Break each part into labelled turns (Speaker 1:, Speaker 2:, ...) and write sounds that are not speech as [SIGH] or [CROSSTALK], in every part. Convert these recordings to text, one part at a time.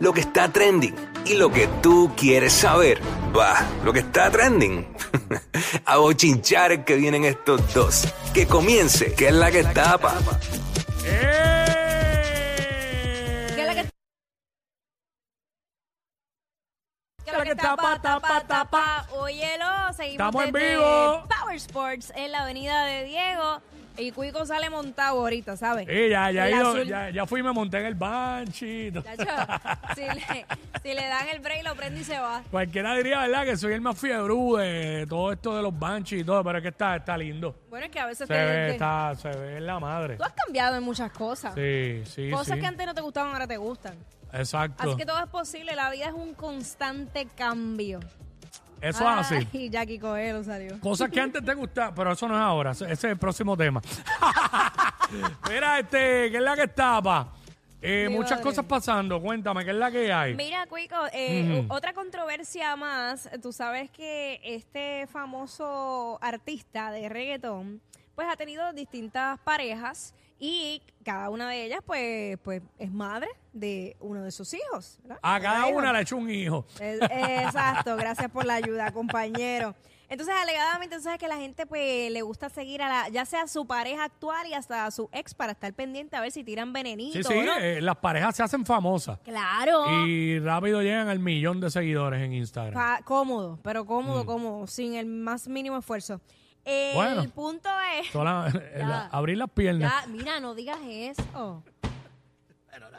Speaker 1: lo que está trending y lo que tú quieres saber. Va, lo que está trending. [LAUGHS] A bochinchar que vienen estos dos. Que comience, que es la que tapa.
Speaker 2: ¡Eh!
Speaker 3: ¿Qué es la que, qué es la que tapa, tapa, tapa? Óyelo, seguimos
Speaker 2: Estamos en
Speaker 3: desde
Speaker 2: vivo.
Speaker 3: Power Sports en la avenida de Diego. Y Cuico sale montado ahorita, ¿sabes?
Speaker 2: Sí, ya, ya,
Speaker 3: El
Speaker 2: he ido-
Speaker 3: azul.
Speaker 2: ya, ya fui y me monté en el Banshee. [LAUGHS]
Speaker 3: Chacho, [LAUGHS] si, le, si le dan el break, lo prende y se va.
Speaker 2: Cualquiera diría, ¿verdad? Que soy el más fiebrú de todo esto de los Banshees y todo, pero es que está, está lindo.
Speaker 3: Bueno, es que a veces
Speaker 2: Se
Speaker 3: te-
Speaker 2: ve,
Speaker 3: te-
Speaker 2: está, se ve en la madre.
Speaker 3: Tú has cambiado en muchas cosas.
Speaker 2: Sí, sí,
Speaker 3: cosas
Speaker 2: sí.
Speaker 3: que antes no te gustaban, ahora te gustan.
Speaker 2: Exacto.
Speaker 3: Así que todo es posible. La vida es un constante cambio.
Speaker 2: Eso es así.
Speaker 3: Y Jackie Coelho salió.
Speaker 2: Cosas que antes te gustaban, pero eso no es ahora. Ese ese es el próximo tema. [LAUGHS] Mira, este, ¿qué es la que tapa? Eh,
Speaker 3: Mi
Speaker 2: muchas
Speaker 3: madre.
Speaker 2: cosas pasando. Cuéntame, ¿qué es la que hay?
Speaker 3: Mira, Cuico, eh, otra controversia más. Tú sabes que este famoso artista de reggaetón, pues ha tenido distintas parejas y cada una de ellas, pues, pues es madre de uno de sus hijos. ¿verdad?
Speaker 2: A Ah, cada
Speaker 3: Bueno.
Speaker 2: una le echó un hijo.
Speaker 3: Es- Exacto, gracias por la ayuda, compañero. Entonces, alegadamente, entonces es que la gente pues le gusta seguir a la, ya sea a su pareja actual y hasta a su ex para estar pendiente a ver si tiran venenito.
Speaker 2: Sí, sí,
Speaker 3: ¿no?
Speaker 2: eh, las parejas se hacen famosas.
Speaker 3: claro.
Speaker 2: Y rápido llegan al millón de seguidores en Instagram.
Speaker 3: Pa- cómodo, pero
Speaker 2: Mm.
Speaker 3: cómodo, cómodo, sin el más mínimo esfuerzo. El
Speaker 2: Bueno.
Speaker 3: punto es.
Speaker 2: Sola- la- [LAUGHS] abrir las piernas.
Speaker 3: Ya, mira, no digas eso.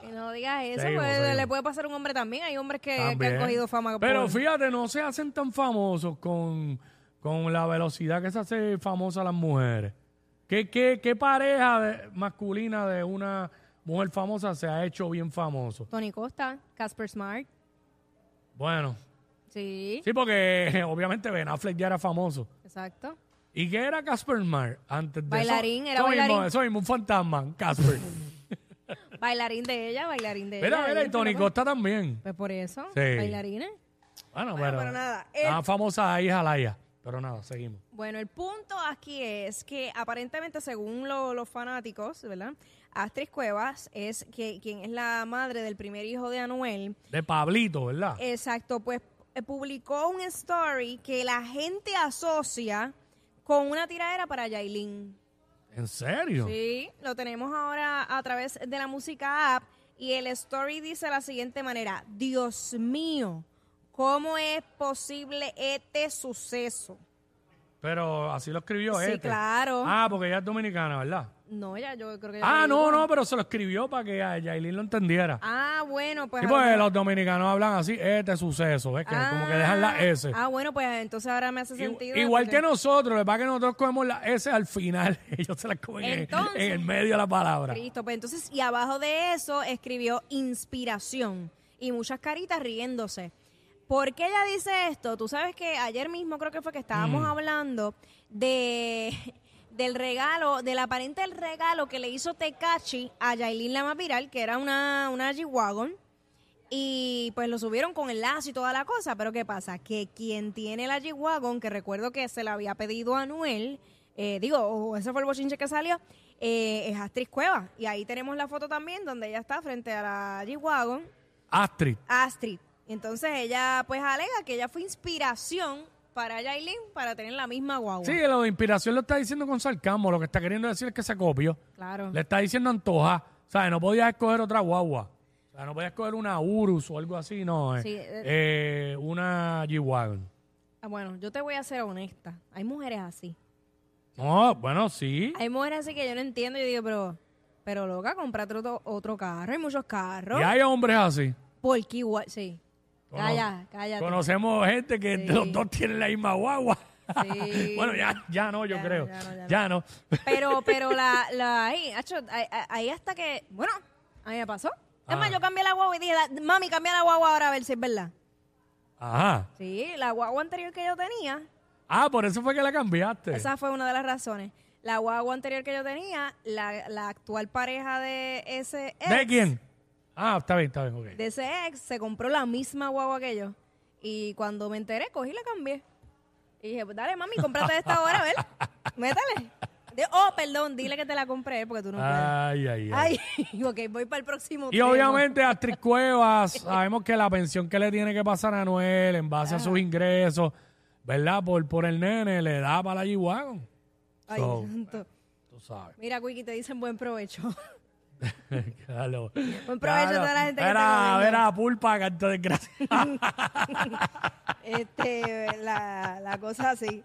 Speaker 3: Que No digas eso,
Speaker 2: Seguimos,
Speaker 3: pues,
Speaker 2: seguimos.
Speaker 3: le puede pasar a un hombre también. Hay hombres que, que
Speaker 2: También.
Speaker 3: han cogido fama.
Speaker 2: Pero
Speaker 3: por-
Speaker 2: fíjate, no se hacen tan famosos con, con la velocidad que se hace famosa las mujeres. ¿Qué, qué, qué pareja de- masculina de una mujer famosa se ha hecho bien famoso?
Speaker 3: Tony Costa, Casper Smart.
Speaker 2: Bueno,
Speaker 3: Sí,
Speaker 2: sí, porque [LAUGHS] obviamente Ben Affleck ya era famoso.
Speaker 3: exacto.
Speaker 2: ¿Y qué era Casper Mar antes de
Speaker 3: Bailarín,
Speaker 2: eso?
Speaker 3: era
Speaker 2: eso Mismo,
Speaker 3: bailarín.
Speaker 2: eso mismo, un fantasma,
Speaker 3: [LAUGHS]
Speaker 2: Casper.
Speaker 3: Bailarín de ella, bailarín de ella.
Speaker 2: mira, mira, y
Speaker 3: bailarín,
Speaker 2: Tony
Speaker 3: pero-
Speaker 2: Costa también.
Speaker 3: Pues por eso,
Speaker 2: Sí.
Speaker 3: bailarines.
Speaker 2: Bueno,
Speaker 3: Bueno,
Speaker 2: pero,
Speaker 3: pero nada,
Speaker 2: La
Speaker 3: el-
Speaker 2: famosa ahí es Alaya. Pero nada, seguimos.
Speaker 3: Bueno, el punto aquí es que aparentemente, según lo- los fanáticos, ¿verdad? Astrid Cuevas es que, quien es la madre del primer hijo de Anuel.
Speaker 2: De Pablito, ¿verdad?
Speaker 3: Exacto, pues eh, publicó un story que la gente asocia con una tiradera para Yailin.
Speaker 2: ¿En serio?
Speaker 3: Sí, lo tenemos ahora a través de la música app y el story dice de la siguiente manera, Dios mío, ¿cómo es posible este suceso?
Speaker 2: Pero así lo escribió
Speaker 3: Sí,
Speaker 2: este.
Speaker 3: claro.
Speaker 2: Ah, porque ella es dominicana, ¿verdad?
Speaker 3: No, ya yo creo que... ya
Speaker 2: Ah,
Speaker 3: lo
Speaker 2: no,
Speaker 3: digo.
Speaker 2: no, pero se lo escribió para que a Yailin lo entendiera.
Speaker 3: Ah, bueno, pues...
Speaker 2: Sí,
Speaker 3: a lo
Speaker 2: pues
Speaker 3: mejor-
Speaker 2: los dominicanos hablan así, este suceso, ¿ves? Que como que
Speaker 3: Ah,
Speaker 2: dejan la S.
Speaker 3: Ah, bueno, pues entonces ahora me hace
Speaker 2: Igu-
Speaker 3: sentido.
Speaker 2: Igual
Speaker 3: porque-
Speaker 2: que nosotros, lo que pasa es que nosotros comemos la S al final, [LAUGHS] ellos se las comen en-
Speaker 3: Entonces-
Speaker 2: en el medio de la palabra.
Speaker 3: Cristo, pues entonces, y abajo de eso escribió inspiración y muchas caritas riéndose. ¿Por qué ella dice esto? Tú sabes que ayer mismo creo que fue que
Speaker 2: Mm.
Speaker 3: estábamos hablando de [LAUGHS] del regalo, del aparente el regalo que le hizo Tecachi a Yailin Lama Viral, que era una, una G-Wagon, y pues lo subieron con el lazo y toda la cosa, pero ¿qué pasa? Que quien tiene la G-Wagon, que recuerdo que se la había pedido a Anuel, eh, digo, o ese fue el bochinche que salió, eh, es Astrid Cueva. Y ahí tenemos la foto también donde ella está frente a la G-Wagon,
Speaker 2: Astrid.
Speaker 3: Astrid. Entonces ella pues alega que ella fue inspiración para Yailin para tener la misma guagua.
Speaker 2: Sí, lo de inspiración lo está diciendo con sarcasmo, lo que está queriendo decir es que se copió.
Speaker 3: Claro.
Speaker 2: Le está diciendo antoja. O sea, no podías escoger otra guagua. O sea, no podías escoger una Urus o algo así, no. eh.
Speaker 3: Sí,
Speaker 2: Eh, una G-Wagon.
Speaker 3: Ah, Bueno, yo te voy a ser honesta. Hay mujeres así.
Speaker 2: No, bueno, sí.
Speaker 3: Hay mujeres así que yo no entiendo. Yo digo, pero, pero loca, comprate otro, otro carro. Hay muchos carros.
Speaker 2: Y hay hombres así.
Speaker 3: Porque igual, sí.
Speaker 2: Cono-
Speaker 3: Calla, cállate.
Speaker 2: Conocemos gente que
Speaker 3: Sí.
Speaker 2: los dos tienen la misma guagua.
Speaker 3: Sí.
Speaker 2: [LAUGHS] bueno, ya, ya no, yo
Speaker 3: Ya,
Speaker 2: creo.
Speaker 3: ya no, ya no.
Speaker 2: Ya no. [LAUGHS]
Speaker 3: Pero, pero la, la ahí, acho, ahí- ahí hasta que, bueno, a mí me pasó. Es
Speaker 2: Ah.
Speaker 3: más, yo cambié la guagua y dije, "Da- mami, cambia la guagua ahora a ver si es verdad.
Speaker 2: Ajá.
Speaker 3: Sí, la guagua anterior que yo tenía,
Speaker 2: Ah, por eso fue que la cambiaste.
Speaker 3: esa fue una de las razones. La guagua anterior que yo tenía, la, la actual pareja de ese ex,
Speaker 2: ¿De quién? Ah, está bien, está bien, ok.
Speaker 3: de ese ex, se compró la misma guagua que yo. Y cuando me enteré, cogí y la cambié. Y dije, pues dale, mami, cómprate esta ahora, a ver, métale. De- oh, perdón, dile que te la compré porque tú no
Speaker 2: Ay, ay, ay.
Speaker 3: puedes. Ay, [LAUGHS] ok, voy para el próximo.
Speaker 2: Ah, Y
Speaker 3: tema.
Speaker 2: obviamente
Speaker 3: [LAUGHS]
Speaker 2: Astrid Cuevas, sabemos que la pensión que le tiene que pasar a Noel en base a sus ingresos, ¿verdad? Por, por el nene, le da para la G-Wagon.
Speaker 3: Ay,
Speaker 2: So,
Speaker 3: santo.
Speaker 2: tú sabes. [LAUGHS]
Speaker 3: Mira, Wiki, te dicen buen provecho. [LAUGHS]
Speaker 2: Claro.
Speaker 3: Buen provecho a toda la gente que
Speaker 2: Era,
Speaker 3: está comiendo.
Speaker 2: era pulpa, canto de gracia. [LAUGHS]
Speaker 3: este, la, la cosa así,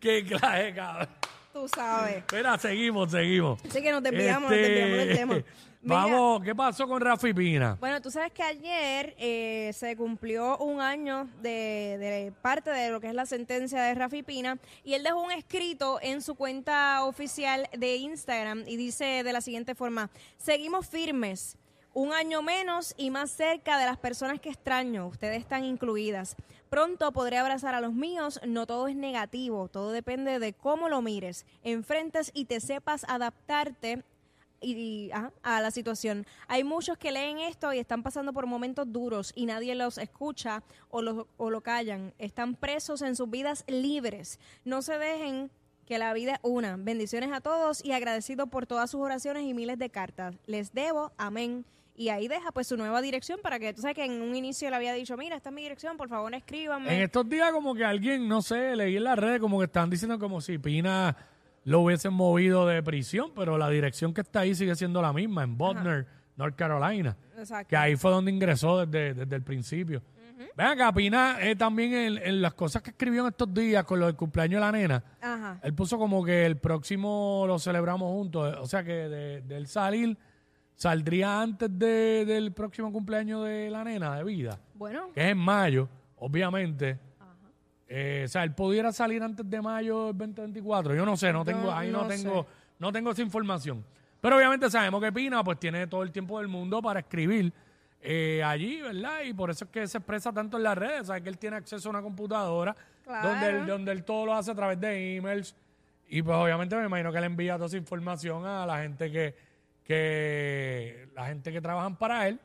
Speaker 2: Qué clase, cabrón.
Speaker 3: tú sabes.
Speaker 2: Espera, seguimos, seguimos.
Speaker 3: Así que nos desviamos, nos desviamos del tema. Mira.
Speaker 2: Este, Vamos, ¿qué pasó con Rafi Pina?
Speaker 3: Bueno, tú sabes que ayer eh, se cumplió un año de, de parte de lo que es la sentencia de Rafi Pina y él dejó un escrito en su cuenta oficial de Instagram y dice de la siguiente forma, seguimos firmes. Un año menos y más cerca de las personas que extraño, ustedes están incluidas. Pronto podré abrazar a los míos, no todo es negativo, todo depende de cómo lo mires, enfrentes y te sepas adaptarte y, y, ajá, a la situación. Hay muchos que leen esto y están pasando por momentos duros y nadie los escucha o lo, o lo callan. Están presos en sus vidas libres. No se dejen que la vida es una. Bendiciones a todos y agradecido por todas sus oraciones y miles de cartas. Les debo, amén. Y ahí deja pues su nueva dirección para que tú sabes que en un inicio le había dicho, mira, esta es mi dirección, por favor
Speaker 2: En
Speaker 3: escríbanme.
Speaker 2: estos días como que alguien, no sé, leí en las redes como que están diciendo como si Pina lo hubiesen movido de prisión, pero la dirección que está ahí sigue siendo la misma, en Butner, North Carolina,
Speaker 3: Exacto.
Speaker 2: que ahí fue donde ingresó desde, desde el principio. Ven acá, Pina eh, también en, en las cosas que escribió en estos días con lo del cumpleaños de la nena,
Speaker 3: Ajá.
Speaker 2: él puso como que el próximo lo celebramos juntos, eh, o sea que de, de él salir, saldría antes de- del próximo cumpleaños de la nena de vida
Speaker 3: Bueno,
Speaker 2: que es en mayo, obviamente. Eh, o sea, él pudiera salir antes de mayo del 2024. Yo no sé, no tengo, ahí no,
Speaker 3: no
Speaker 2: tengo, no tengo esa información. Pero obviamente sabemos que Pina pues tiene todo el tiempo del mundo para escribir eh, allí, ¿verdad? Y por eso es que se expresa tanto en las redes. O sea, que él tiene acceso a una computadora
Speaker 3: Claro.
Speaker 2: donde, él, donde él todo lo hace a través de emails. Y pues obviamente me imagino que él envía toda esa información a la gente que, que la gente que trabajan para él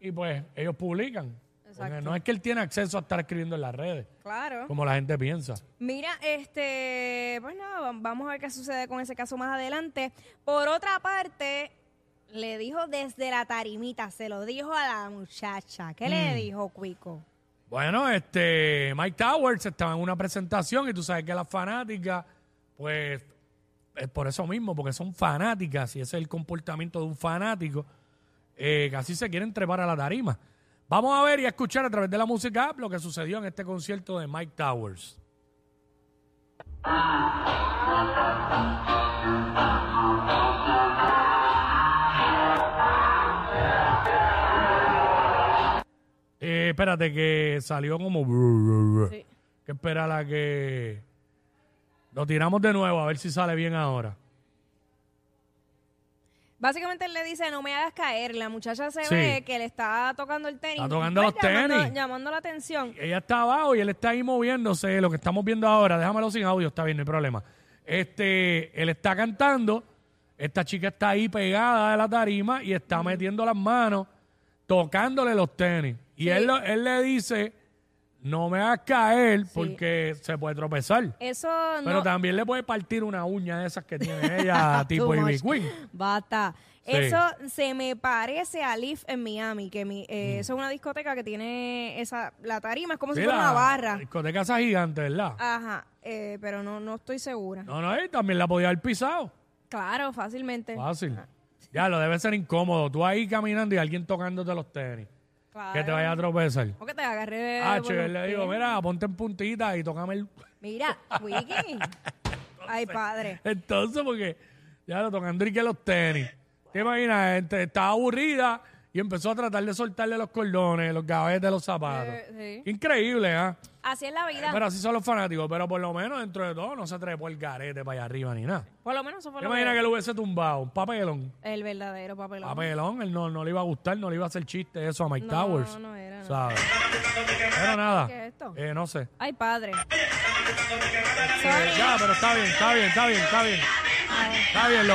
Speaker 2: y pues ellos publican. Porque no es que él tiene acceso a estar escribiendo en las redes,
Speaker 3: claro.
Speaker 2: como la gente piensa.
Speaker 3: Mira, este, pues nada, vam- vamos a ver qué sucede con ese caso más adelante. Por otra parte, le dijo desde la tarimita, se lo dijo a la muchacha. ¿Qué
Speaker 2: Mm.
Speaker 3: le dijo Cuico?
Speaker 2: Bueno, este Mike Towers estaba en una presentación y tú sabes que las fanáticas, pues es por eso mismo, porque son fanáticas y ese es el comportamiento de un fanático, eh, que así se quieren trepar a la tarima. Vamos a ver y a escuchar a través de la música app lo que sucedió en este concierto de Mike Towers. Eh, espérate, que salió como... Que esperar a que... Lo tiramos de nuevo a ver si sale bien ahora.
Speaker 3: Básicamente él le dice, no me hagas caer. La muchacha se
Speaker 2: Sí.
Speaker 3: ve que le está tocando el tenis. Pues
Speaker 2: Está tocando los
Speaker 3: llamando-
Speaker 2: tenis.
Speaker 3: Llamando la atención.
Speaker 2: Ella está abajo y él está ahí moviéndose. Lo que estamos viendo ahora, déjamelo sin audio, está bien, no hay problema. Este, él está cantando, esta chica está ahí pegada de la tarima y está metiendo las manos, tocándole los tenis. Y él, lo- él le dice, no me hagas caer porque se puede tropezar.
Speaker 3: Eso no... [LAUGHS] Ah,
Speaker 2: Pero también le puede partir una uña de esas que tiene ella, [LAUGHS] tipo
Speaker 3: Too
Speaker 2: Ivy
Speaker 3: much.
Speaker 2: Queen.
Speaker 3: Basta.
Speaker 2: Sí.
Speaker 3: Eso se me parece a Leaf en Miami, que mi, eh, eso es una discoteca que tiene esa la tarima, es como si
Speaker 2: Mm. Sí,
Speaker 3: fuera
Speaker 2: la
Speaker 3: una barra.
Speaker 2: Discoteca esa gigante, ¿verdad?
Speaker 3: Ajá, eh, pero no, no estoy segura.
Speaker 2: No, no, él también la podía haber pisado.
Speaker 3: Claro, fácilmente.
Speaker 2: Fácil. Ya, lo debe ser incómodo. Tú ahí caminando y alguien tocándote los tenis.
Speaker 3: Claro. Eh,
Speaker 2: Que te vaya a tropezar.
Speaker 3: O que te agarré.
Speaker 2: Ah,
Speaker 3: por
Speaker 2: che,
Speaker 3: los
Speaker 2: le
Speaker 3: pies.
Speaker 2: digo, mira, ponte en puntita y tócame el... [LAUGHS]
Speaker 3: Mira, Wiki. Ay, padre.
Speaker 2: Entonces, porque ya lo tocando y que los tenis. ¿Te imaginas? Este, estaba aburrida y empezó a tratar de soltarle los cordones, los gavetes de los zapatos.
Speaker 3: Eh,
Speaker 2: Increíble, ¿ah?
Speaker 3: Así es la vida.
Speaker 2: Pero así son los fanáticos. Pero por lo menos dentro de todo no se trepó el garete para allá arriba ni nada.
Speaker 3: por lo menos eso fue
Speaker 2: ¿Te
Speaker 3: lo
Speaker 2: imaginas que
Speaker 3: que...
Speaker 2: lo hubiese tumbado? Un papelón.
Speaker 3: El verdadero
Speaker 2: Ah,
Speaker 3: papelón.
Speaker 2: Papelón, él no, no le iba a gustar, no le iba a hacer chiste eso a Mike
Speaker 3: No,
Speaker 2: Towers.
Speaker 3: no era, no.
Speaker 2: ¿Sabes? Pero nada.
Speaker 3: ¿Qué es esto?
Speaker 2: Eh, no sé.
Speaker 3: Ay, padre.
Speaker 2: Eh, ya, pero está bien, está bien, está bien, está bien. Está bien, lo.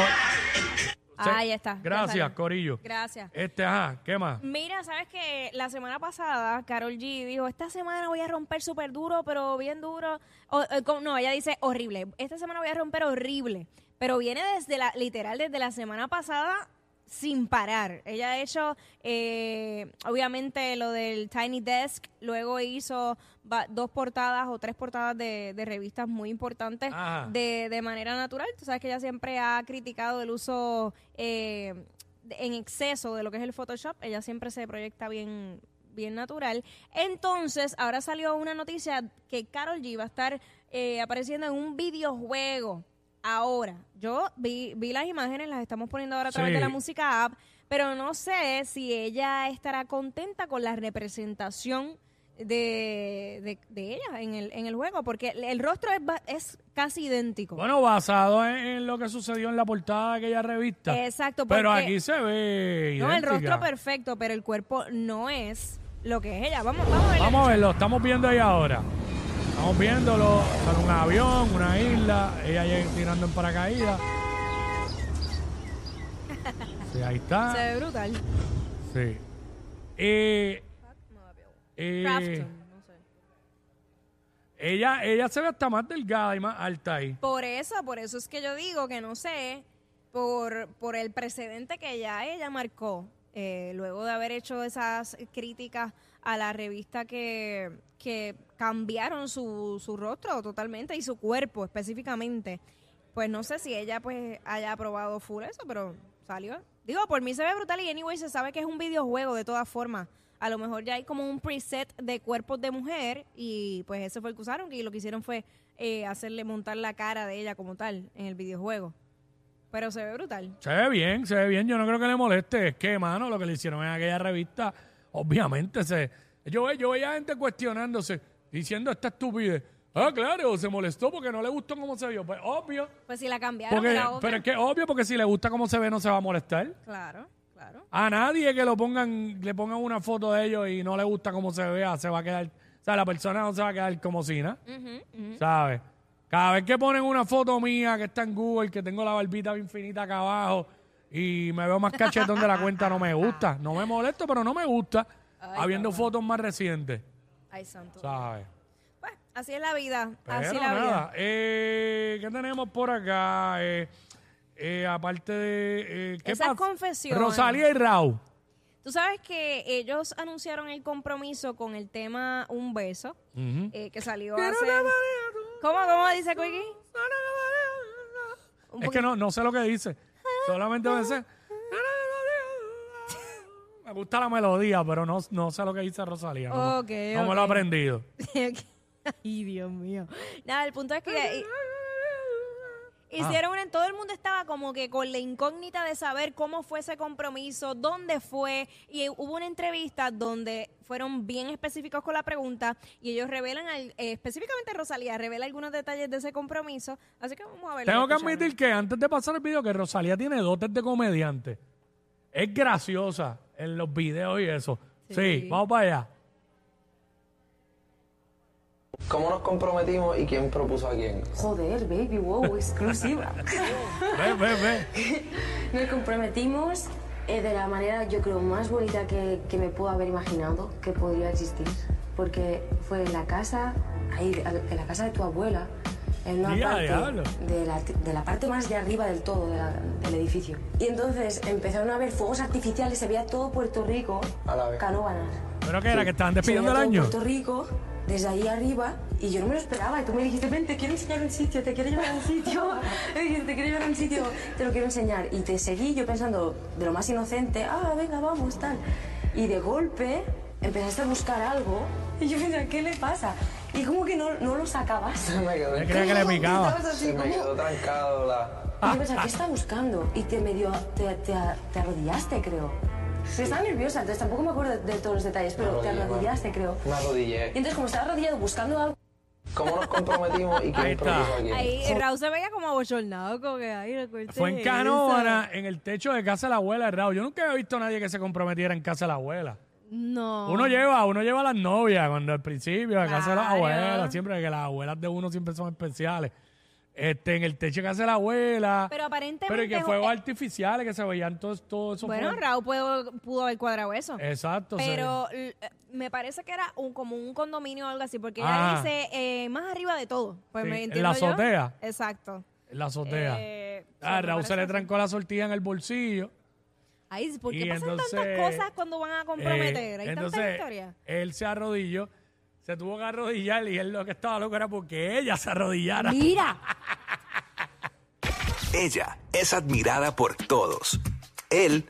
Speaker 3: Ah, Ahí está. ya
Speaker 2: Gracias,
Speaker 3: salió.
Speaker 2: Corillo.
Speaker 3: Gracias.
Speaker 2: Este, ajá, ¿qué más?
Speaker 3: Mira, sabes que la semana pasada Carol G dijo, esta semana voy a romper súper eh, duro, pero bien duro. O- o, como- no, ella dice horrible. Esta semana voy a romper horrible, Pero viene desde la, literal, desde la semana pasada sin parar. Ella ha hecho, eh, obviamente, lo del Tiny Desk, luego hizo va- dos portadas o tres portadas de, de revistas muy importantes
Speaker 2: Ajá.
Speaker 3: de, de manera natural. Tú sabes que ella siempre ha criticado el uso eh, de- en exceso de lo que es el Photoshop. Ella siempre se proyecta bien bien natural. Entonces, ahora salió una noticia que Carol G va a estar eh, apareciendo en un videojuego. Ahora, yo vi, vi las imágenes, las estamos poniendo ahora a través
Speaker 2: Sí.
Speaker 3: de la música app, pero no sé si ella estará contenta con la representación de, de- de ella en el, en el juego, porque el, el rostro es, ba- es casi idéntico.
Speaker 2: Bueno, basado en, en lo que sucedió en la portada de aquella revista.
Speaker 3: Exacto,
Speaker 2: Pero
Speaker 3: porque-
Speaker 2: aquí se ve.
Speaker 3: no, el
Speaker 2: idéntica.
Speaker 3: rostro perfecto, pero el cuerpo no es lo que es ella. Vamos, vamos a ver.
Speaker 2: Vamos a verlo, estamos viendo ahí ahora. Estamos viéndolo, sale un avión, una isla, ella llega tirando en paracaídas. Sí, ahí
Speaker 3: [LAUGHS] Se
Speaker 2: está.
Speaker 3: ve brutal.
Speaker 2: Sí. Eh, eh,
Speaker 3: Crafton, no sé.
Speaker 2: ella, ella se ve hasta más delgada y más alta ahí.
Speaker 3: Por eso, por eso es que yo digo que no sé, por, por el precedente que ya ella marcó, eh, luego de haber hecho esas críticas a la revista que, que cambiaron su, su rostro totalmente y su cuerpo específicamente. Pues no sé si ella pues haya aprobado full eso, pero salió. Digo, por mí se ve brutal y anyway se sabe que es un videojuego de todas formas. A lo mejor ya hay como un preset de cuerpos de mujer y pues ese fue el que usaron y lo que hicieron fue eh, hacerle montar la cara de ella como tal en el videojuego. Pero se ve brutal.
Speaker 2: Se ve bien, se ve bien. Yo no creo que le moleste. Es que, mano, lo que le hicieron en aquella revista, obviamente se. Yo, ve- yo veía gente cuestionándose, diciendo esta estupidez. Ah, claro, se molestó porque no le gustó cómo se vio. Pues obvio.
Speaker 3: Pues si la cambiaron
Speaker 2: Porque,
Speaker 3: era obvio.
Speaker 2: pero es que obvio, porque si le gusta cómo se ve, no se va a molestar.
Speaker 3: Claro, claro.
Speaker 2: A nadie que lo pongan, le pongan una foto de ellos y no le gusta cómo se vea, se va a quedar. O sea, la persona no se va a quedar como si nada. ¿Sabes? Cada vez que ponen una foto mía que está en Google, que tengo la barbita bien finita acá abajo y me veo más cachetón de la cuenta, no me gusta. No me molesto, pero no me gusta. habiendo fotos más recientes,
Speaker 3: Ay, santo.
Speaker 2: ¿sabes?
Speaker 3: Pues, así es la vida.
Speaker 2: Pero
Speaker 3: así es la vida.
Speaker 2: nada, eh, ¿qué tenemos por acá? Eh, eh, aparte de... eh, ¿qué
Speaker 3: Esas
Speaker 2: pas-
Speaker 3: confesiones.
Speaker 2: Rosalía y Raúl.
Speaker 3: Tú sabes que ellos anunciaron el compromiso con el tema Un Beso, eh, que salió hace... ¿Cómo, cómo dice Quickie? Un
Speaker 2: Es que no, no sé lo que dice. Solamente me sé. Me gusta la melodía, pero no, no sé lo que dice Rosalía. No,
Speaker 3: Ok,
Speaker 2: no me
Speaker 3: ok. Pues
Speaker 2: lo he aprendido.
Speaker 3: Ay, Dios mío. Nada, el punto es que... Ah. eh, Hicieron una, todo el mundo estaba como que con la incógnita de saber cómo fue ese compromiso, dónde fue, y hubo una entrevista donde fueron bien específicos con la pregunta y ellos revelan, al- eh, específicamente Rosalía, revela algunos detalles de ese compromiso, así que vamos a ver.
Speaker 2: Tengo que admitir que antes de pasar el video, que Rosalía tiene dotes de comediante. Es graciosa en los videos y eso. Sí,
Speaker 3: Sí.
Speaker 2: vamos para allá.
Speaker 4: ¿Cómo nos comprometimos y quién propuso a quién?
Speaker 5: Joder, baby, wow, exclusiva.
Speaker 2: Ve, ve, ve.
Speaker 5: Nos comprometimos eh, de la manera, yo creo, más bonita que, que me puedo haber imaginado que podría existir. Porque fue en la casa, ahí, al- en la casa de tu abuela, en una
Speaker 2: Ya, diablo.
Speaker 5: parte de la, t- de la parte más de arriba del todo de la- del edificio. Y entonces empezaron a ver fuegos artificiales, se veía todo Puerto Rico,
Speaker 4: A la vez.
Speaker 5: canóbanas.
Speaker 2: ¿Pero qué era? ¿Que estaban
Speaker 5: Se
Speaker 2: despidiendo el
Speaker 5: veía todo
Speaker 2: año?
Speaker 5: Puerto Rico, desde ahí arriba, y yo no me lo esperaba. Y tú me dijiste, ven, te quiero enseñar un sitio, te quiero llevar a un sitio. Me dijiste, te quiero llevar a un sitio, te lo quiero enseñar. Y te seguí yo pensando, de lo más inocente, ah, venga, vamos, tal. Y de golpe empezaste a buscar algo, y yo pensaba, ¿qué le pasa? Y como que no, no lo sacabas.
Speaker 4: Se me quedó,
Speaker 2: Yo creía que le picaba.
Speaker 5: Estabas así
Speaker 4: se me
Speaker 5: como-
Speaker 4: quedó trancado la...
Speaker 5: y yo pensaba, ¿qué está buscando? Y te medio, te, te, te arrodillaste, creo. Yo estaba nerviosa, entonces tampoco me acuerdo de todos los detalles, pero te
Speaker 4: arrodillé,
Speaker 5: arrodillaste, creo.
Speaker 4: Me
Speaker 5: [LAUGHS] Y
Speaker 4: arrodillé.
Speaker 5: entonces, como estaba arrodillado buscando algo,
Speaker 4: ¿Cómo nos comprometimos y
Speaker 2: Ahí
Speaker 4: quién
Speaker 2: está.
Speaker 4: propuso a quién?
Speaker 3: Ahí eh, Raúl se veía como abochornado, como que ay, no cortes
Speaker 2: Fue en
Speaker 3: eso".
Speaker 2: Canóvana, en el techo de casa de la abuela de Raúl. Yo nunca había visto a nadie que se comprometiera en casa de la abuela.
Speaker 3: No.
Speaker 2: Uno lleva, uno lleva a las novias cuando al principio, a casa de las
Speaker 3: Claro.
Speaker 2: abuelas, siempre que las abuelas de uno siempre son especiales. Este, en el techo de casa de la abuela.
Speaker 3: Pero aparentemente
Speaker 2: Pero y que
Speaker 3: es- eh,
Speaker 2: fuegos artificiales que se veían todos todos esos
Speaker 3: Bueno,
Speaker 2: fuegos.
Speaker 3: Raúl pudo, pudo haber cuadrado eso.
Speaker 2: Exacto. se-
Speaker 3: Pero l- eh, me parece que era un, como un condominio o algo así, porque
Speaker 2: Ah.
Speaker 3: ella dice eh, más arriba de todo. Pues
Speaker 2: Sí,
Speaker 3: me
Speaker 2: en
Speaker 3: entiendo
Speaker 2: la
Speaker 3: yo.
Speaker 2: azotea.
Speaker 3: Exacto.
Speaker 2: en la azotea.
Speaker 3: Eh,
Speaker 2: ah,
Speaker 3: sí, me
Speaker 2: Raúl se
Speaker 3: parece
Speaker 2: le trancó la sortilla en el bolsillo.
Speaker 3: Ay, ¿por qué
Speaker 2: Y
Speaker 3: pasan
Speaker 2: entonces,
Speaker 3: tantas cosas cuando van a comprometer?
Speaker 2: Eh,
Speaker 3: Hay
Speaker 2: entonces,
Speaker 3: tantas historias.
Speaker 2: Él se arrodilló, se tuvo que arrodillar y él lo que estaba loco era porque ella se arrodillara.
Speaker 3: Mira.
Speaker 1: Ella es admirada por todos. Él.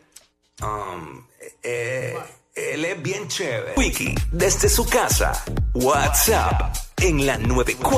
Speaker 1: um, eh, él es bien chévere. Wiki, desde su casa. WhatsApp, en la 94.